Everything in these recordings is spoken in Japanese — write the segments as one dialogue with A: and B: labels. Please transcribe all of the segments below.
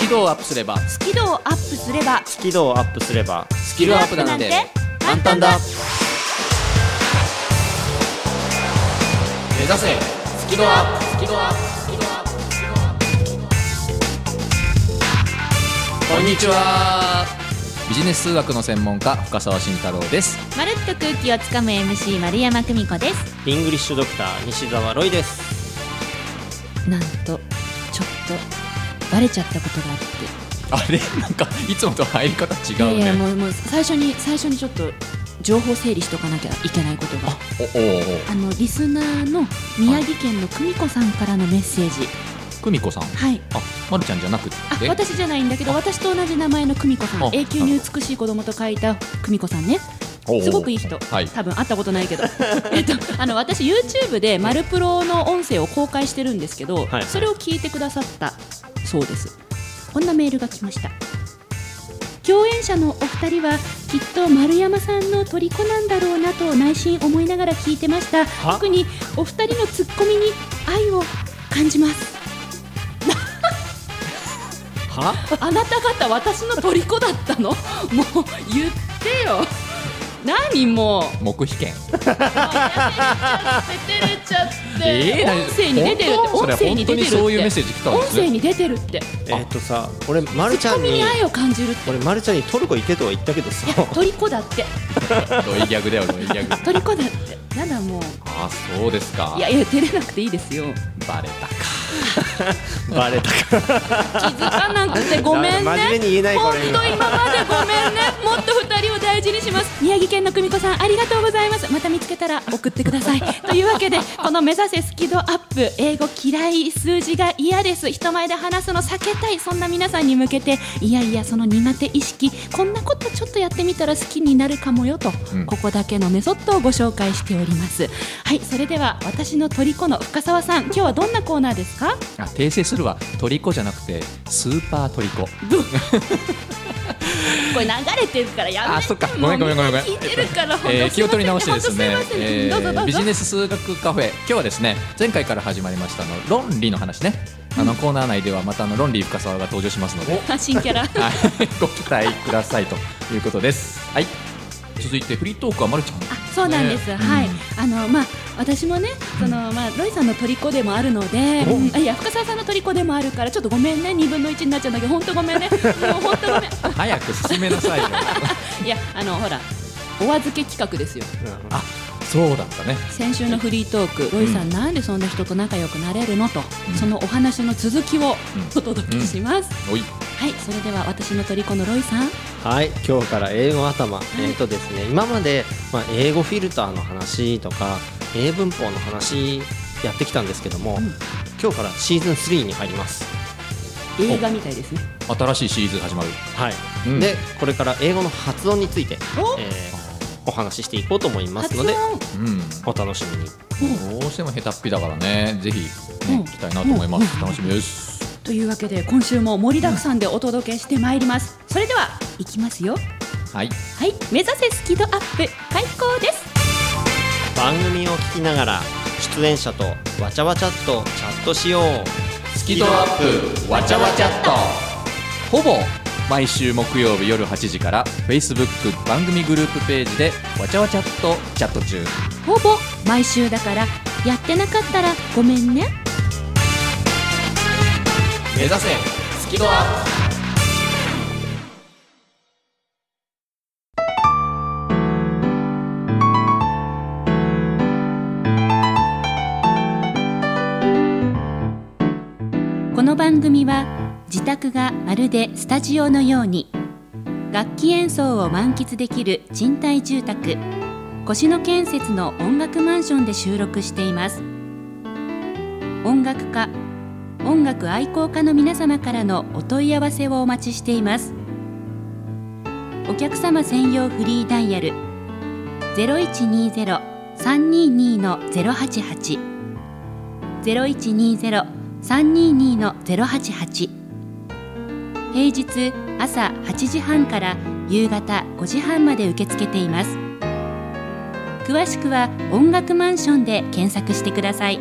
A: キ度をアップすれば
B: スキルをアップすれば
C: スキルをアップすれば
A: スキルアップなんて簡単だ目指せスキルアップスキルアップスキルアップスキルアップこんにちはビジネス数学の専門家深澤慎太郎です
B: まるっと空気をつかむ MC 丸山久美子です
C: イングリッシュドクター西澤ロイです
B: なんとちょっとバレちゃったことがあっ
A: あれなんかいつもと入り方違
B: て、いやいや
A: うね
B: もうもう最初に最初にちょっと情報整理しとかなきゃいけないことが
A: おおお
B: あのリスナーの宮城県の久美子さんからのメッセージ
A: 久美子さん
B: はい
A: あまるちゃんじゃなくて
B: あ私じゃないんだけど私と同じ名前の久美子さん
A: あ
B: 永久に美しい子供と書いた久美子さんね
A: おお
B: すごくいい人、
A: はい
B: 多分会ったことない けど、えっと、あの私、YouTube で「マルプロ」の音声を公開してるんですけど、
C: はい
B: それを聞いてくださったそうですこんなメールが来ました共演者のお二人はきっと丸山さんの虜なんだろうなと内心思いながら聞いてました
C: は
B: 特にお二人のツッコミに愛を感じます
C: は
B: あなた方私の虜だったのもう言ってよ何もう
A: 黙秘権
B: 照れちゃって、音声に出てるって
A: 本当
B: 音声に出
A: それ本当
B: てるって
A: にそういうメッセージ来たんで
B: 音
A: す
B: 声
A: ね
B: に出てるって
C: えっとさ俺ま
B: ツ
C: るちゃ
B: ッコ
C: ん
B: ミ
C: に
B: に愛を感じるって
C: 俺まるちゃんにトルコ行けとは言ったけ どさ
B: いや虜だって
A: ロイギャグだよロイギャグ
B: 虜だってやだもう
A: あそうですか
B: いやいや照れなくていいですよ
A: バレたか
C: バレたか
B: 気づかなくてごめんね
C: な真面目に言えないこ
B: 本
C: れ
B: 当今までごめんねもっと二人を大事にします宮城県の久美子さんありがとうございますまた見つけたら送ってくださいというわけでこの目指せスキドアップ英語嫌い数字が嫌です人前で話すの避けたいそんな皆さんに向けていやいやその苦手意識こんなことちょっとやってみたら好きになるかもよと、
A: うん
B: ここだけのメソッドをご紹介しておりますはいそれでは私の虜の深澤さん今日はどんなコーナーですか
A: あ訂正するわトリコじゃなくてスーパートリコ
B: これ流れてるからやめて
A: あそっかごめんごめんごめんごめん
B: 聞いてるから、ほんと
A: えー気を取り直してですね
B: すいません
A: えー
B: どうぞどう
A: ビ
B: ぞ
A: ジネス数学カフェ今日はですね前回から始まりましたあの論理の話ねあのコーナー内ではまたあの論理深沢が登場しますので
B: あ新 キャラ
A: はいご期待くださいということですはい続いてフリートークはまるちゃん
B: あそうなんです、
A: ね
B: はい、
A: うん
B: あのまあ私もねそのまあロイさんの虜でもあるので、
A: お
B: うんあいや深澤さんの虜でもあるからちょっとごめんね二分の一になっちゃうんだけど本当ご めんねもう本当ごめん
A: 早く進めな さいよ
B: いやあのほらお預け企画ですよ
A: あそうだったね
B: 先週のフリートークロイさん、なんでそんな人と仲良くなれるのと、
A: うん
B: そのお話の続きを
A: うん
B: お届けします、
A: おい
B: はいそれでは私の虜のロイさん
C: はい今日から英語頭、
B: い
C: えっとですね今まで、まあ、英語フィルターの話とか英文法の話やってきたんですけども、
B: ん
C: 今日からシーズン3に入ります
B: 映画みたいですね
A: 新しいシリーズ始まる
C: はい、
A: うん
C: でこれから英語の発音について、
B: お
C: えーお話ししていこうと思いますので
B: 発音
A: うん
C: お楽しみに
A: どうしても下手っぴだからね、ぜひ、
B: う
A: ね、
B: ん
A: 行きたいなと思います。楽しみです。
B: というわけで今週も盛りだくさんでお届けしてまいりますそれでは行きますよ
A: はい、
B: はい目指せスキドアップ開講です
C: 番組を聞きながら出演者とわちゃわちゃっとチャットしよう
A: スキドアップ、わちゃわちゃっと。ほぼ毎週木曜日夜8時から Facebook 番組グループページでわちゃわちゃっとチャット中。
B: ほぼ毎週だからやってなかったらごめんね
A: 目指せスキドアップ。
B: この番組は自宅がまるでスタジオのように楽器演奏を満喫できる賃貸住宅越野建設の音楽マンションで収録しています音楽家音楽愛好家の皆様からのお問い合わせをお待ちしていますお客様専用フリーダイヤル0120-322-088 0120-322-088平日朝8時半から夕方5時半まで受け付けています詳しくは音楽マンションで検索してください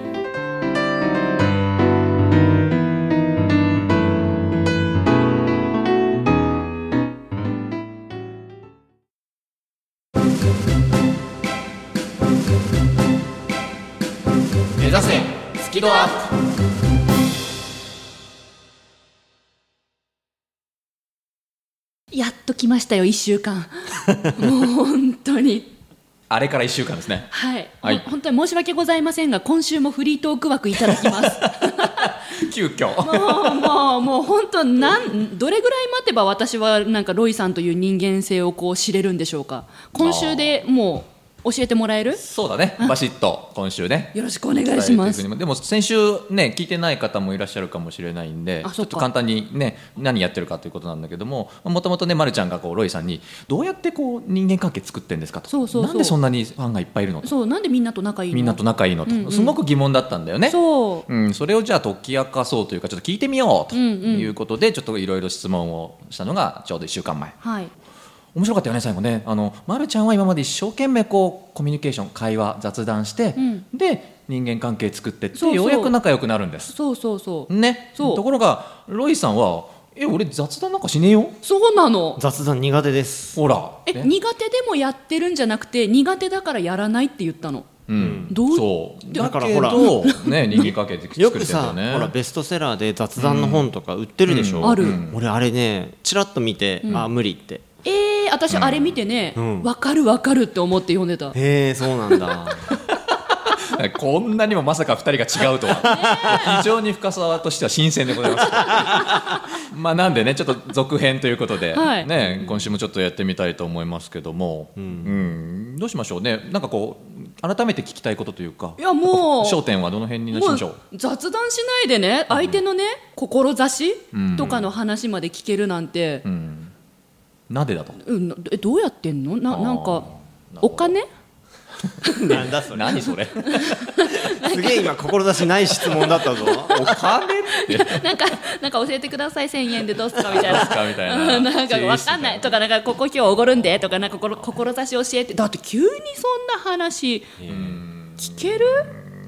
A: ドアップ
D: やっと来ましたよ1 週間もう本当に
A: あれから1週間ですね
D: はい、
A: はい
D: もう本当に申し訳ございませんが今週もフリートーク枠いただきます
A: 急遽
D: もうもうもう本当なんどれぐらい待てば私はなんかロイさんという人間性をこう知れるんでしょうか今週でもう教えてもらえる
A: そうだねバシッと今週ね
D: よろしくお願いします
A: でも先週ね聞いてない方もいらっしゃるかもしれないんで
D: あ
A: ち
D: そ
A: ょ
D: っ
A: っ
D: か
A: と簡単にね何やってるかということなんだけどももともとね、ま、るちゃんがこうロイさんにどうやってこう人間関係作ってんですかと
D: そうそうそう
A: なんでそんなにファンがいっぱいいるのと
D: そうなんでみんなと仲いいの
A: みんなと仲いいのと、
D: うんうん
A: すごく疑問だったんだよね。
D: そう
A: うん、それをじゃあ解き明かそうというかちょっと聞いてみようと
D: うんうん
A: いうことで、ちょっといろいろ質問をしたのがちょうど1週間前
D: はい
A: 面白かったよね最後ねあの、ま、るちゃんは今まで一生懸命こうコミュニケーション会話雑談して、
D: うん
A: で人間関係作ってって
D: そうそう
A: ようやく仲良くなるんです
D: そうそうそう
A: ね
D: そう
A: ところがロイさんは「え俺雑談なんかしねえよ
D: そうなの
C: 雑談苦手です
A: ほら」
D: え
A: ね
D: 苦手でもやってるんじゃなくて苦手だからやらないって言ったの
A: うん、
D: どう
A: そう
C: だから
A: けど
C: ほ
A: ね、人間関係作
C: よ
A: って
C: く
A: んだ
C: さ、
A: よね
C: ほらベストセラーで雑談の本とか売ってるでしょ、
A: う
D: うんある
C: 俺あれねチラッと見て、
D: うん
C: ああ無理って
D: えー、私あれ見てね、
C: う
D: わ
C: ん
D: かるわかるって思って読んでた、
C: へえそうなんだ
A: こんなにもまさか2人が違うとは非常に深さとしては新鮮でございます まあなんでねちょっと続編ということで、
D: はい
A: ね、今週もちょっとやってみたいと思いますけども、うんどうしましょうねなんかこう改めて聞きたいことというか
D: いやもう
A: 焦点はどの辺にし
D: も
A: ま
D: う
A: しょう
D: 雑談しないでね相手のね、志
A: ん
D: とかの話まで聞けるなんて
A: う、んなでだと
D: うんなえどうやってんの
A: あ
D: な
A: ー
D: なん
A: なる
D: か
A: ほど
D: お金
C: なんだそれ
A: 何そ れ
C: すげえ今志ない質問だったぞ
A: お金って
D: なんかなんか教えてください1000円でどうすかみたい な
A: どうすかみたいな
D: うん なんかわかんないとかなんかここ今日おごるんでとかなんかこの志教えてだって急にそんな話聞ける、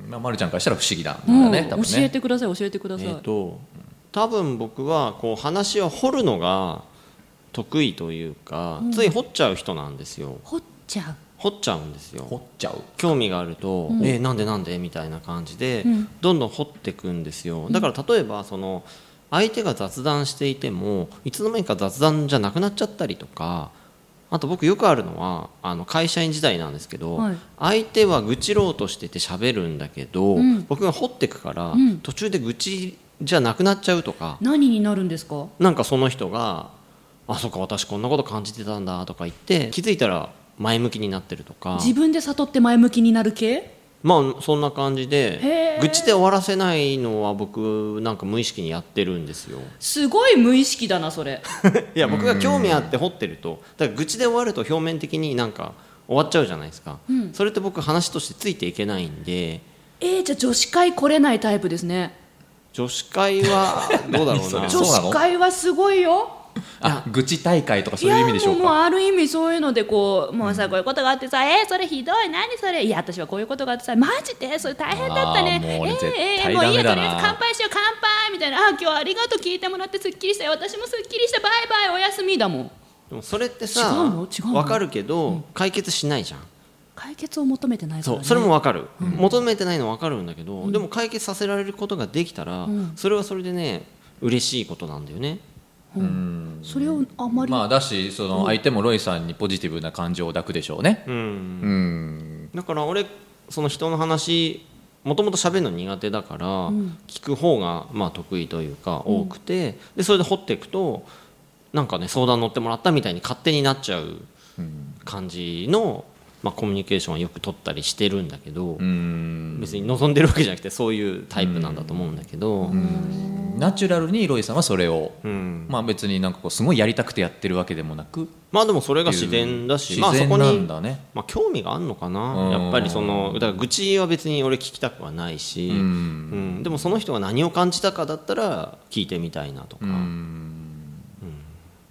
A: まあ、まるちゃんからしたら不思議なんだ
D: うん
A: ね、多分ね
D: 教えてください教えてください、
C: えっと多分僕はこう話を掘るのが得意というか、つい掘っちゃう人なんですよ
D: 掘っちゃう
C: 掘っちゃうんですよ
A: 掘っちゃう
C: 興味があると、えーなんでなんでみたいな感じで、
D: ん
C: どんどん掘っていくんですよだから例えばその相手が雑談していてもいつの間にか雑談じゃなくなっちゃったりとかあと僕よくあるのはあの会社員時代なんですけど、
D: はい
C: 相手は愚痴ろうとしてて喋るんだけど、
D: ん
C: 僕が掘ってくから、
D: ん
C: 途中で愚痴じゃなくなっちゃうとか
D: 何になるんですか
C: なんかその人が「あそうか私こんなこと感じてたんだ」とか言って気づいたら前向きになってるとか
D: 自分で悟って前向きになる系
C: まあそんな感じ
D: へ
C: で
D: ー
C: 愚痴で終わらせないのは僕なんか無意識にやってるんですよ
D: すごい無意識だなそれ
C: いや僕が興味あって掘ってるとだから愚痴で終わると表面的になんか終わっちゃうじゃないですか、それって僕話としてついていけないんで
D: えー、じゃあ女子会来れないタイプですね
C: 女子会 はどうだろう
A: 何それ
C: な
A: そ
D: 女
A: うなの
D: 子会はすごいよ
A: あ愚痴大会とかそういう意味でしょう
D: いやもうも
A: か
D: うある意味そういうのでこうもうさこういうことがあってさ、えー、それひどい何それいや私はこういうことがあってさマジでそれ大変だったね
A: あーもう俺
D: え
A: 絶
D: ー
A: 対
D: えーもういいやと
A: ダメだ
D: り
A: な
D: あえず乾杯しよう乾杯みたいなあー今日はありがとう聞いてもらってすっきりしたよ私もすっきりしたバイバイおやすみだもん
C: でもそれって
D: 違
C: さ
D: うの違うの
C: 分かるけど解決しないじゃん
D: 解決を求めてないから、
C: そ
D: ね、
C: うそれも分かる、求めてないの分かるんだけど、でも解決させられることができたら、それはそれでね嬉しいことなんだよね
D: それをあまり、
A: まあだしその相手もロイさんにポジティブな感情を抱くでしょうね
C: うん
A: うん
C: だから俺その人の話もともと喋るの苦手だから、聞く方がまあ得意というか多くて、でそれで掘っていくとなんかね相談乗ってもらったみたいに勝手になっちゃう感じの、まあ、コミュニケーションはよく取ったりしてるんだけど、
A: うん
C: 別に望んでるわけじゃなくてそういうタイプなんだと思うんだけど、
A: ナチュラルにロイさんはそれを、
C: うん
A: まあ別になんかこうすごいやりたくてやってるわけでもなく
C: まあでもそれが自然だし、まあ、
A: 自
C: そこ
A: 然な
C: に
A: んだね、
C: まあ、興味があるのか
A: うん
C: なやっぱりそのだから愚痴は別に俺聞きたくはないし、うんでもその人が何を感じたかだったら聞いてみたいなとか、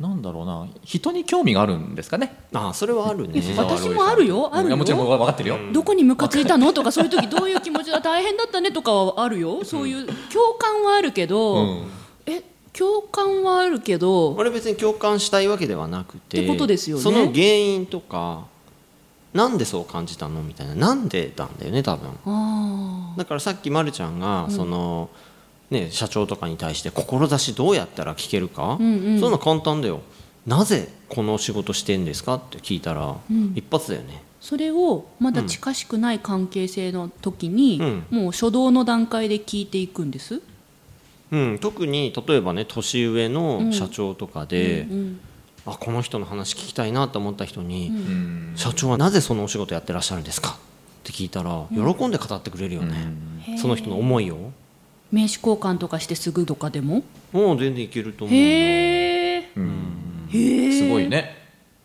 A: なんだろうな人に興味があるんですかね
C: ああそれはあるね
D: いや私もあるよある
A: いや
D: よ
A: もちろん分かってるよ、
D: どこにムカついたのとかそういう時どういう気持ちだ大変だったねとかはあるよそういう共感はあるけど、
A: うん
D: え共感はあるけど
C: 俺別に共感したいわけではなくて
D: ってことですよね
C: その原因とかなんでそう感じたのみたいななんでなんだよね多分
D: あ
C: だからさっきまるちゃんが、そのね、社長とかに対して志どうやったら聞けるか、
D: んうん
C: そういうの簡単だよなぜこの仕事してんですかって聞いたら、
D: ん
C: 一発だよね
D: それをまだ近しくない関係性の時に、
C: う
D: もう初動の段階で聞いていくんです、
C: うん、特に例えばね年上の社長とかで、
D: うん
C: あこの人の話聞きたいなと思った人に、
A: うん
C: 社長はなぜそのお仕事やってらっしゃるんですかって聞いたら喜んで語ってくれるよね、その人の思いを
D: 名刺交換とかしてすぐとかでも
C: もう全然いけると思う
D: へえ
A: すごいね、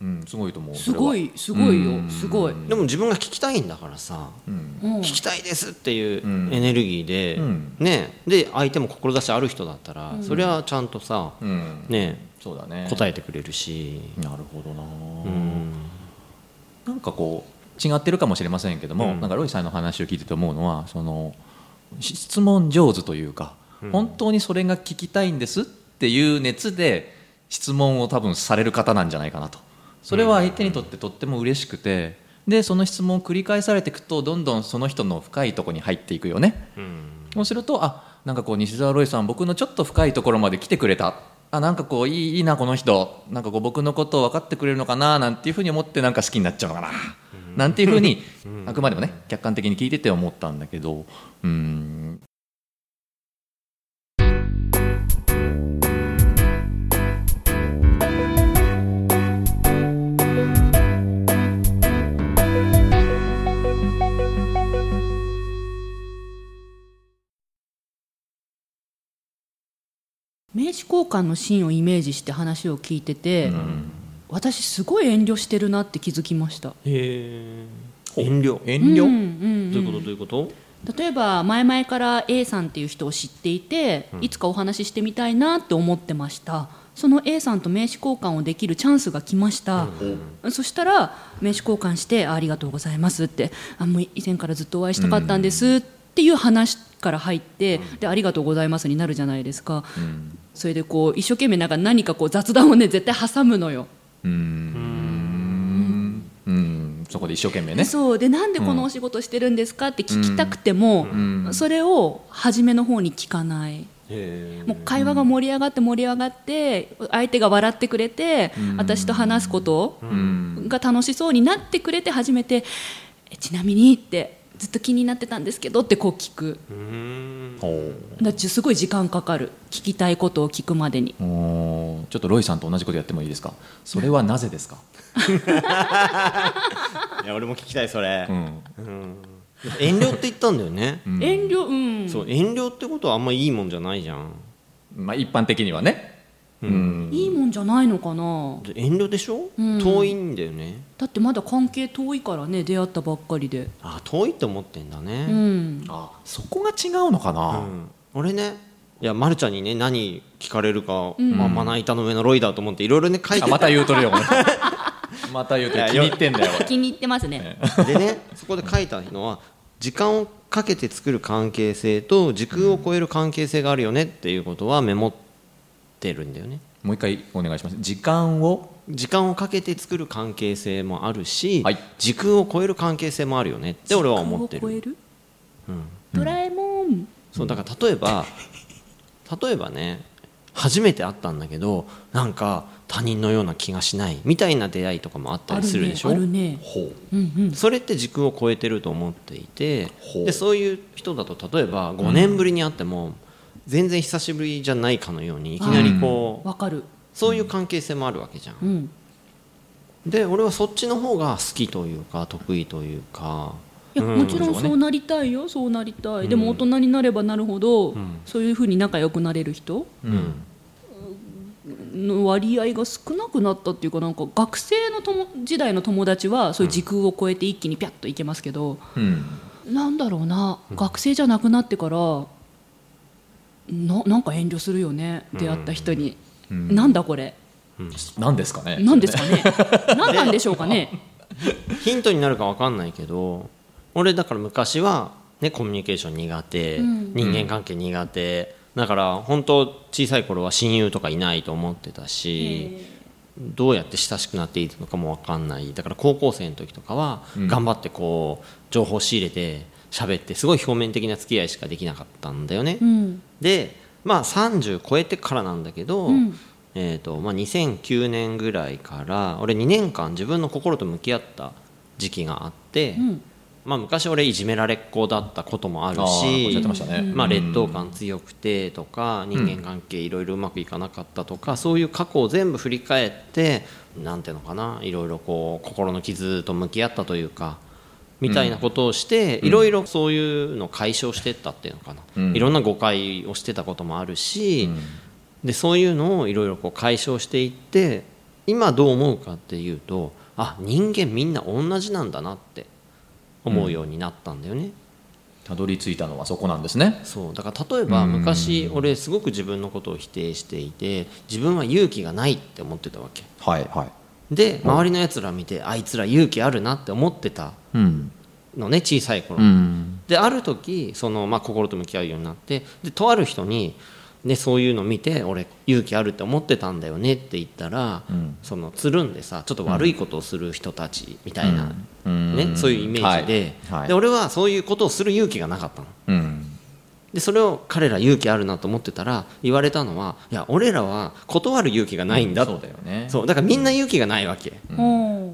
A: うん、すごいと思う
D: す
A: それは
D: ごいすごい
A: うん
D: よすごい、
C: でも自分が聞きたいんだからさ、
A: うん
D: うん
C: 聞きたいですっていう
A: うん
C: エネルギーで、
A: うん
C: ねで相手も志ある人だったら、それはちゃんとさ、
A: うん
C: ね
A: そうだね
C: 答えてくれるし、
A: なるほどな、
C: うん
A: なんかこう違ってるかもしれませんけども、
C: うん
A: なんかロイさんの話を聞いてて思うのはそのし質問上手というか、
C: うん
A: 本当にそれが聞きたいんですっていう熱で質問を多分される方なんじゃないかなとそれは相手にとってとっても嬉しくてでその質問を繰り返されていくとどんどんその人の深いところに入っていくよね。
C: うん
A: そうするとあなんかこう西澤ロイさん僕のちょっと深いところまで来てくれたあなんかこういいいいなこの人なんかこう僕のことを分かってくれるのかななんていうふうに思ってなんか好きになっちゃうのかななんていうふうにあくまでもね客観的に聞いてて思ったんだけどうん
D: 名刺交換のシーンをイメージして話を聞いてて、私すごい遠慮してるなって気づきました
C: へえ遠慮
A: 遠
D: う
A: 慮、
D: んうん
C: どういうことどういうこと、
D: 例えば前々から A さんっていう人を知っていて、いつかお話ししてみたいなって思ってましたその A さんと名刺交換をできるチャンスが来ました、そしたら名刺交換してあありがとうございますってあもう以前からずっとお会いしたかったんですっていう話から入って、でありがとうございますになるじゃないですか、それでこう一生懸命なんか何かこう雑談をね絶対挟むのよ、
A: うん、そこで一生懸命ね
D: そうでなんでこのお仕事してるんですかって聞きたくても、それを初めの方に聞かない。
C: へ
D: もう会話が盛り上がって盛り上がって相手が笑ってくれて私と話すことが楽しそうになってくれて初めて「えちなみに」ってずっと気になってたんですけどってこう聞く
C: えうん
A: ほ
D: だってすごい時間かかる聞きたいことを聞くまでに
A: うおーちょっとロイさんと同じことやってもいいですかそれはなぜですか、
C: いや俺も聞きたいそれ
A: う、ん、
C: 遠慮って言ったんだよね、
D: 遠慮うん
C: そう遠慮ってことはあんまいいもんじゃないじゃん
A: まあ一般的にはねうん
D: いいもんじゃないのかな
C: で遠慮でしょ、
D: うん
C: 遠いんだよね
D: だってまだ関係遠いからね出会ったばっかりで
C: あ遠いって思ってんだね、
D: うん
A: あそこが違うのかな、
C: うん俺ねいや、ま、るちゃんにね何聞かれるか、
D: ん
C: まあ、まな板の上のロイだと思っていろいろね書い
A: あ
C: て
A: また言うとるよ、お 前また言うとる
C: いや
A: 気に入ってんだよ。
D: 気に入ってますね
C: でねそこで書いたのは時間をかけて作る関係性と時空を超える関係性があるよねっていうことはメモってるんだよね
A: もう一回お願いします。時間を。
C: 時間をかけて作る関係性もあるし、
A: はい
C: 時空を超える関係性もあるよねって俺は思って
D: 時空を超え
C: るうん
D: ドラえもん
C: そうだから例え ば例えばね初めて会ったんだけどなんか他人のような気がしないみたいな出会いとかもあった
D: あ
C: りす
D: る
C: る
D: ね
C: でしょ
D: あるね
A: ほ
D: うんうん
C: それって時空を超えてると思っていて
A: ほう
C: でそういう人だと例えば5年ぶりに会っても、全然久しぶりじゃないかのようにいきなりこう、
D: わかる
C: そういう関係性もあるわけじゃん
D: う。ん
C: で俺はそっちの方が好きというか得意というか。
D: いや
C: うん
D: もちろ
A: そ
D: ん
A: う
D: そ
A: ね
D: うなりたいよそうなりたいでも大人になればなるほど
C: ん
D: そういうふうに仲良くなれる人
A: う。うん。
D: の割合が少なくなったっていうかなんか学生の友時代の友達はそういう時空を超えて一気にピャッといけますけど
A: うん。
D: なんだろうな学生じゃなくなってからななんか遠慮するよね出会った人に
A: うん
D: なんだこれ
A: なんですかね。
D: なんですかねなんなんでしょうかね
C: ヒントになるかわかんないけど俺だから昔は、ね、コミュニケーション苦手、
D: うん
C: 人間関係苦手だから本当小さい頃は親友とかいないと思ってたし、どうやって親しくなっていいのかも分かんないだから高校生の時とかは
A: うん
C: 頑張ってこう情報を仕入れて喋ってすごい表面的な付き合いしかできなかったんだよね、
D: うん
C: でまあ30超えてからなんだけど、
D: うん
C: えーとまあ、2009年ぐらいから俺2年間自分の心と向き合った時期があって、
D: うん
C: まあ、昔俺いじめられっ子だったこともある
A: あーおっ
C: し
A: しゃってましたね
C: まあ、
A: うん
C: 劣等感強くてとか人間関係いろいろうまくいかなかったとか、そういう過去を全部振り返ってなんていうのかないろいろこう心の傷と向き合ったというかみたいなことをしていろいろそういうのを解消してったっていうのかな、
A: うん
C: いろんな誤解をしてたこともあるし、
A: うん
C: でそういうのをいろいろこう解消していって今どう思うかっていうとあ人間みんな同じなんだなって思うようになったんだよね。
A: たどり着いたのはそこなんですね
C: そうだから例えば
A: うん
C: 昔俺すごく自分のことを否定していて自分は勇気がないって思ってたわけ
A: はいはい
C: で周りのやつら見てあいつら勇気あるなって思ってた
A: うん
C: のね小さい頃、
A: うん
C: である時その、まあ、心と向き合うようになってでとある人に、ね、そういうの見て俺勇気あるって思ってたんだよねって言ったら、
A: うん
C: そのつるんでさちょっと悪いことをする人たちみたいな、
A: うん
C: ね、そういうイメージで,、
A: はいはい
C: で俺はそういうことをする勇気がなかったの。
A: うん
C: でそれを彼ら勇気あるなと思ってたら言われたのはいや俺らは断る勇気がないんだ、
A: そうだよね
C: そうだからみんな勇気がないわけ、
D: ほ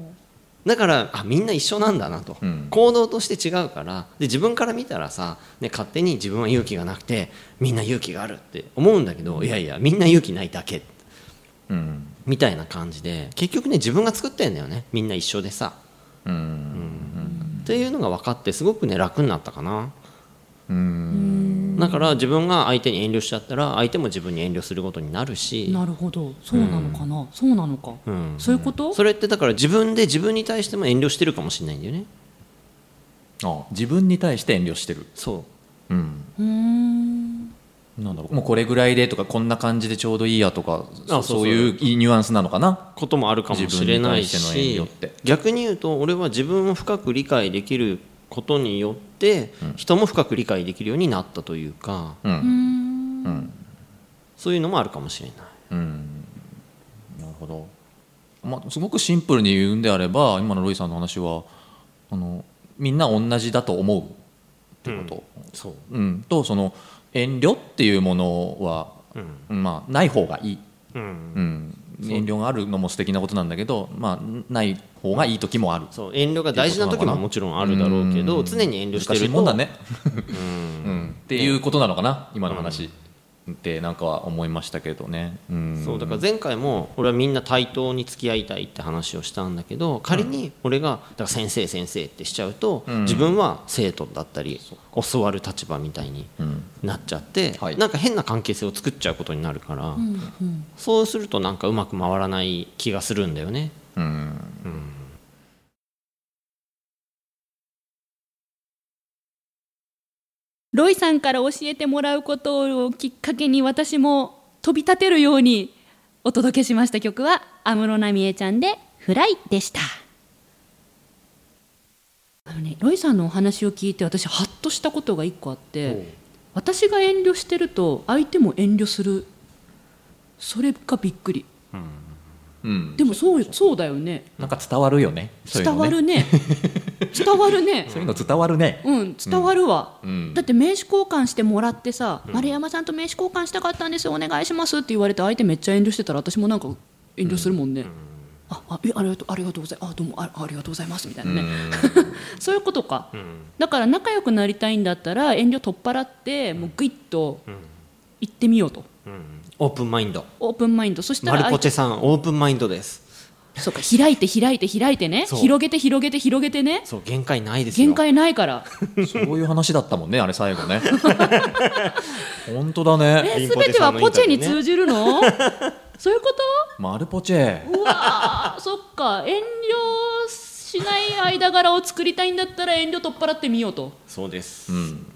C: だからあみんな一緒なんだなと、
A: うん
C: 行動として違うからで自分から見たらさ、ね、勝手に自分は勇気がなくてみんな勇気があるって思うんだけどいやいやみんな勇気ないだけ
A: うん
C: みたいな感じで結局ね自分が作ってんだよねみんな一緒でさ、
A: うん
C: っていうのが分かってすごくね楽になったかな
A: うん
C: だから自分が相手に遠慮しちゃったら相手も自分に遠慮することになる
D: う
C: し
D: なるほどそうなのかな、そうなのか、
C: うん
D: そういうこと
C: それってだから自分で自分に対しても遠慮してるかもしれないんだよね
A: あ自分に対して遠慮してる
C: そ
A: うん
D: うーん
A: なんだろうもうこれぐらいでとかこんな感じでちょうどいいやとかそ
C: あそうそう
A: そういういいニュアンスなのかな
C: うこともあるかもしれな
A: 自分
C: い
A: に対して
C: し
A: の遠慮って
C: 逆に言うと俺は自分を深く理解できることによって人も深く理解できるようになったというか
A: う
D: うー
A: ん
D: ん
A: うん
C: そういうのもあるかもしれない
A: うんなるほど、まあ、すごくシンプルに言うんであれば今のロイさんの話はあのみんな同じだと思うってこと、
C: そう
A: うんとその遠慮っていうものは、
C: うん
A: まあ、ない方がいい、
C: うん
A: うん、遠慮があるのも素敵なことなんだけど、まあ、ない方がいい時もある
C: そう遠慮が大事な時ももちろんあるだろうけど常に遠慮し
A: 難
C: てると
A: しいもんだね、
C: うん
A: うん、っていうことなのかな今の話ってなんかは思いましたけどね、うん、
C: そうだから前回も俺はみんな対等に付き合いたいって話をしたんだけど仮に俺がだから先生先生ってしちゃうと
A: うん
C: 自分は生徒だったり教わる立場みたいに
A: うん
C: なっちゃって
A: はい
C: なんか変な関係性を作っちゃうことになるから
D: うんうん
C: そうするとなんかうまく回らない気がするんだよね。
A: うん
D: ロイさんから教えてもらうことをきっかけに私も飛び立てるようにお届けしました曲は安室奈美恵ちゃんで「フライ」でしたあのねロイさんのお話を聞いて私ハッとしたことが一個あって私が遠慮してると相手も遠慮するそれがびっくり
A: うん、
D: でもそうそうだよね
A: なんか伝わるよねそういうの
D: 伝わ
A: ね
D: るね伝わる ね
A: そういうの伝わるね
D: うん伝わるわ、
A: うん
D: だって名刺交換してもらってさ、丸山さんと名刺交換したかったんですよお願いしますって言われて相手めっちゃ遠慮してたら私もなんか遠慮するもんね、ああえありがとうありがとうございますあどうもあありがとうございますみたいなね、 そういうことか、だから仲良くなりたいんだったら遠慮取っ払ってもうグイッと行ってみようと
C: オープンマインド
D: オープンマインドそした
C: マ
D: ら
C: ル
D: 相
C: コ
D: 手
C: チェさんオープンマインドです
D: そうか開いて開いて開いてね
C: そう
D: 広げて広げて広げてね
C: そう限界ないですよ
D: 限界ないから
A: そういう話だったもんねあれ最後ね本当だね
D: え
C: リン
D: す
C: ポ
D: べ
C: チェ
D: て
C: さ
D: は
C: んのイン
D: ポ
C: タビュー
D: チェ
C: ね
D: に通じる のそういうこと
A: マルポチェ
D: うわーそっか遠慮しない間柄を作りたいんだったら遠慮取っ払ってみようと
C: そうです
A: うん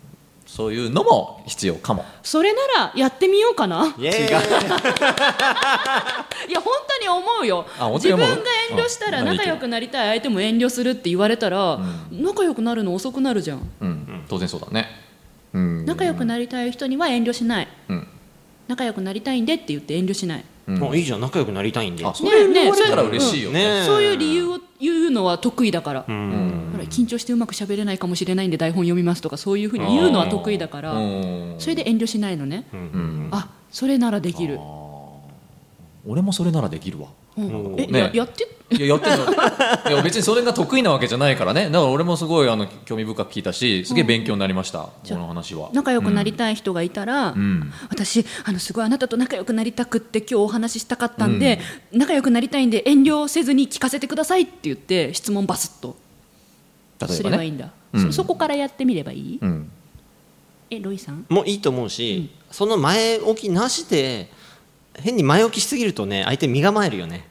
A: そういうのも必要かも
D: それならやってみようかな
C: イエーイ
D: いや本当に思うよ
A: あ本当
D: 自
A: に
D: 分
A: 思う
D: が遠慮したら
A: あまあいい
D: 仲
A: けど
D: 良くなりたい相手も遠慮するって言われたら、仲良くなるの遅くなるじゃん
A: うん、当然そうだねうん
D: 仲良くなりたい人には遠慮しない
A: うん
D: 仲良くなりたいんでって言って遠慮しない、
A: うん
C: あいいじゃん仲良くなりたいんで
A: あそれ
D: ね
A: 言われたら
D: ね
A: 嬉しいよね
C: ねえ
D: そういう理由を言うのは得意だから、
C: うん
D: ほら緊張してうまく喋れないかもしれないんで台本読みますとかそういうふうに言うのは得意だから、
A: うん
D: それで遠慮しないのね、
C: うん
D: あそれならできる、
A: 俺もそれならできるわ
D: うん
C: お
D: え、
A: ね
D: ややって
A: いややってるのいや別にそれが得意なわけじゃないからねだから俺もすごいあの興味深く聞いたしすげえ勉強になりました、この話は
D: 仲良くなりたい人がいたら、
A: ん
D: 私あのすごいあなたと仲良くなりたくって今日お話ししたかったんで、仲良くなりたいんで遠慮せずに聞かせてくださいって言って質問バスッと
A: 例え
D: す
A: ば
D: ればいい
A: ね
D: んだ、
A: うん
D: そそこからやってみればいい、
A: うん
D: えロイさん
C: もういいと思うし、その前置きなしで変に前置きしすぎるとね相手身構えるよ ね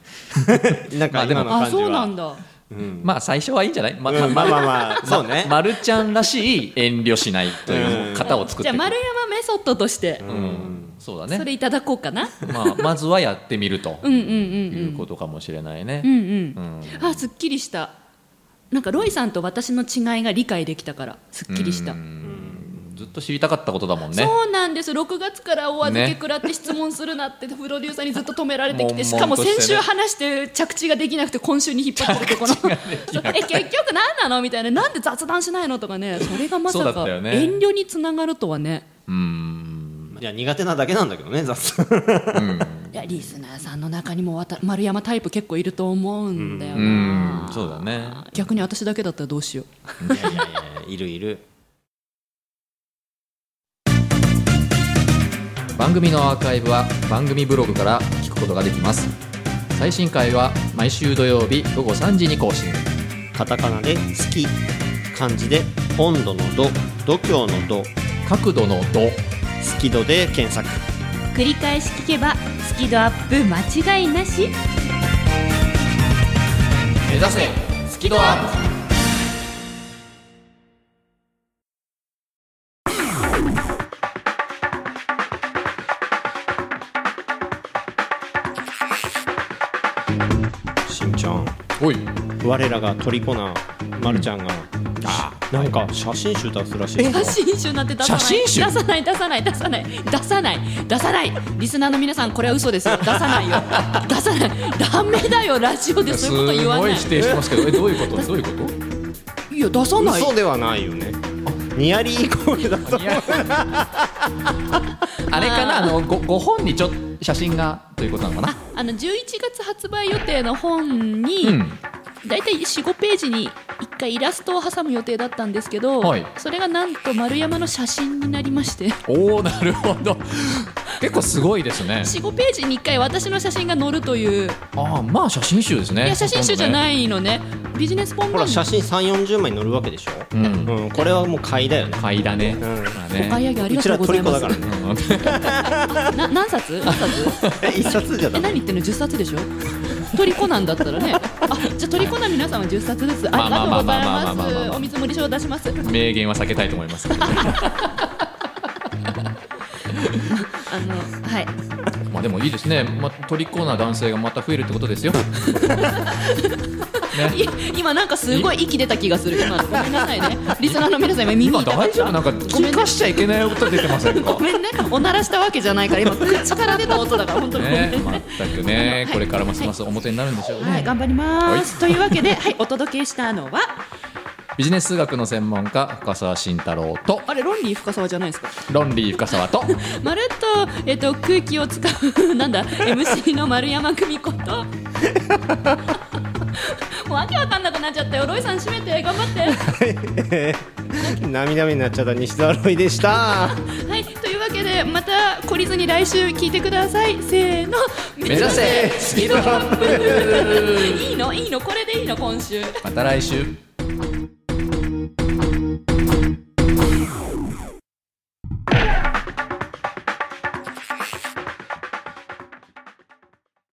A: ま
C: なんか
A: あでも
C: 今の感
D: あ
C: じは
D: そうなんだ
C: うん
A: まあ最初はいいんじゃないま
C: うんまあまあまあ そうね
A: まるちゃんらしい遠慮しないという型を作っ
D: じ
A: て
D: ゃあ
A: く
D: 丸山メソッドとして、
A: うんそうだ
D: そ
A: ね
D: れいただこうかな
A: まあまずはやってみると
D: うんうんうん
A: いう
D: うん
A: ことかもしれないうね
D: んうん
A: うん
D: あすっきりしたなんかロイさんと私の違いが理解できたからすっきりした、
A: うんずっと知りたかったことだもんね
D: そうなんです6月からお預け
A: ね
D: 食らって質問するなってプロデューサーにずっと止められてきて
A: 悶々と
D: しかも先
A: して
D: 週
A: ね
D: 話して着地ができなくて今週に引っ張ってきてこの え結局何なのみたいななんで雑談しないのとかねそれがまさ
A: そうだ
D: か
A: ったよ
D: 遠
A: ね
D: 慮につながるとはね
A: うん
C: いや苦手なだけなんだけどね雑談
D: いやリスナーさんの中にもわた丸山タイプ結構いると思うんだよ
A: うん
D: な
A: そうだね
D: 逆に私だけだったらどうしよう
C: いやいやいやいるいる
A: 番組のアーカイブは番組ブログから聞くことができます最新回は毎週土曜日午後3時に更新
C: カタカナで「好き」漢字で「温度の度」「度胸の度」
A: 角度の度
C: 「好き度」で検索
D: 繰り返し聞けばスキドアップ間違いなし
A: 目指せスキドアッ
C: しんちゃん
A: プおい
C: 我らが虜なまるちゃんが、なんか写真集出すらしいですよ
D: 写真集なんて出さない
A: 写真集
D: 出さない出さない出さない出さない出さないリスナーの皆さんこれは嘘ですよ出さないよ出さないダメだよラジオでそういうこと言わない
A: 定してますけどえどういうことどういうこと
D: いや出さない
C: 嘘ではないよねニアリーイコールだと
A: あれかなあのごご本にちょっ写真がということなのかな
D: あの11月発売予定の本に、
A: うん
D: だいたい45ページに1回イラストを挟む予定だったんですけど、
A: はい
D: それがなんと丸山の写真になりまして
A: おおなるほど結構すごいですね
D: 45ページに1回私の写真が載るという
A: ああまあ写真集ですね
D: いや写真集じゃ
A: い、
D: ないのねビジネス本
C: ほ
D: な
C: ら
D: んで
C: 写真3 4 0枚載るわけでしょ、
A: うん
C: うん、これはもう買いだよね
A: 買いだね,、
C: ん
A: まあ
D: お買い
A: ね
D: 上げあり
C: う
D: が
C: ち
D: と
C: ら
D: うご
C: ト
D: ざい
C: リコ
D: ま
C: だ
D: す
C: からね
D: な何冊何冊
C: 一冊じゃ
D: え
C: ダメ
D: 何言ってんの10冊でしょトリコなんだったらねあじゃあトリコな皆さんは10冊ですありがとうご
A: まあまあまあ
D: ざい
A: まあまあまあ
D: ま
A: ますあ
D: お見積もり書を出します
A: 名言は避けたいと思いますけど
D: あのはい
A: まあでもいいですね、まあ、トリコな男性がまた増えるってこと ですよ
D: い今なんかすごい息出た気がする今のごめんなさいねリスナーの皆さん今耳
A: 今
D: 痛か
A: 大
D: った
A: 丈夫なんか
D: ご
A: 聞
D: めんね
A: かしちゃいけない音出てませんか
D: ごめんねおならしたわけじゃないから今口から出た音だから本当にごめ
A: ね
D: んね、
A: 全くね、これからますます表になるんでしょうね、
D: はい頑張りますというわけではいお届けしたのは
A: ビジネス数学の専門家深澤慎太郎と
D: あれロンリー深沢じゃないですか
A: ロンリー深澤と
D: まるっと,、えっと空気を使う なんだ MC の丸山久美子と もうわけわかんなくなっちゃったよロイさん閉めて頑張っ
C: 涙目になっちゃった西澤ロイでした
D: てはいというわけでまた懲りずに来週聞いてくださいせーの目
A: 指 せスキドアップ
D: いいのいいのこれでいいの今週
A: また来週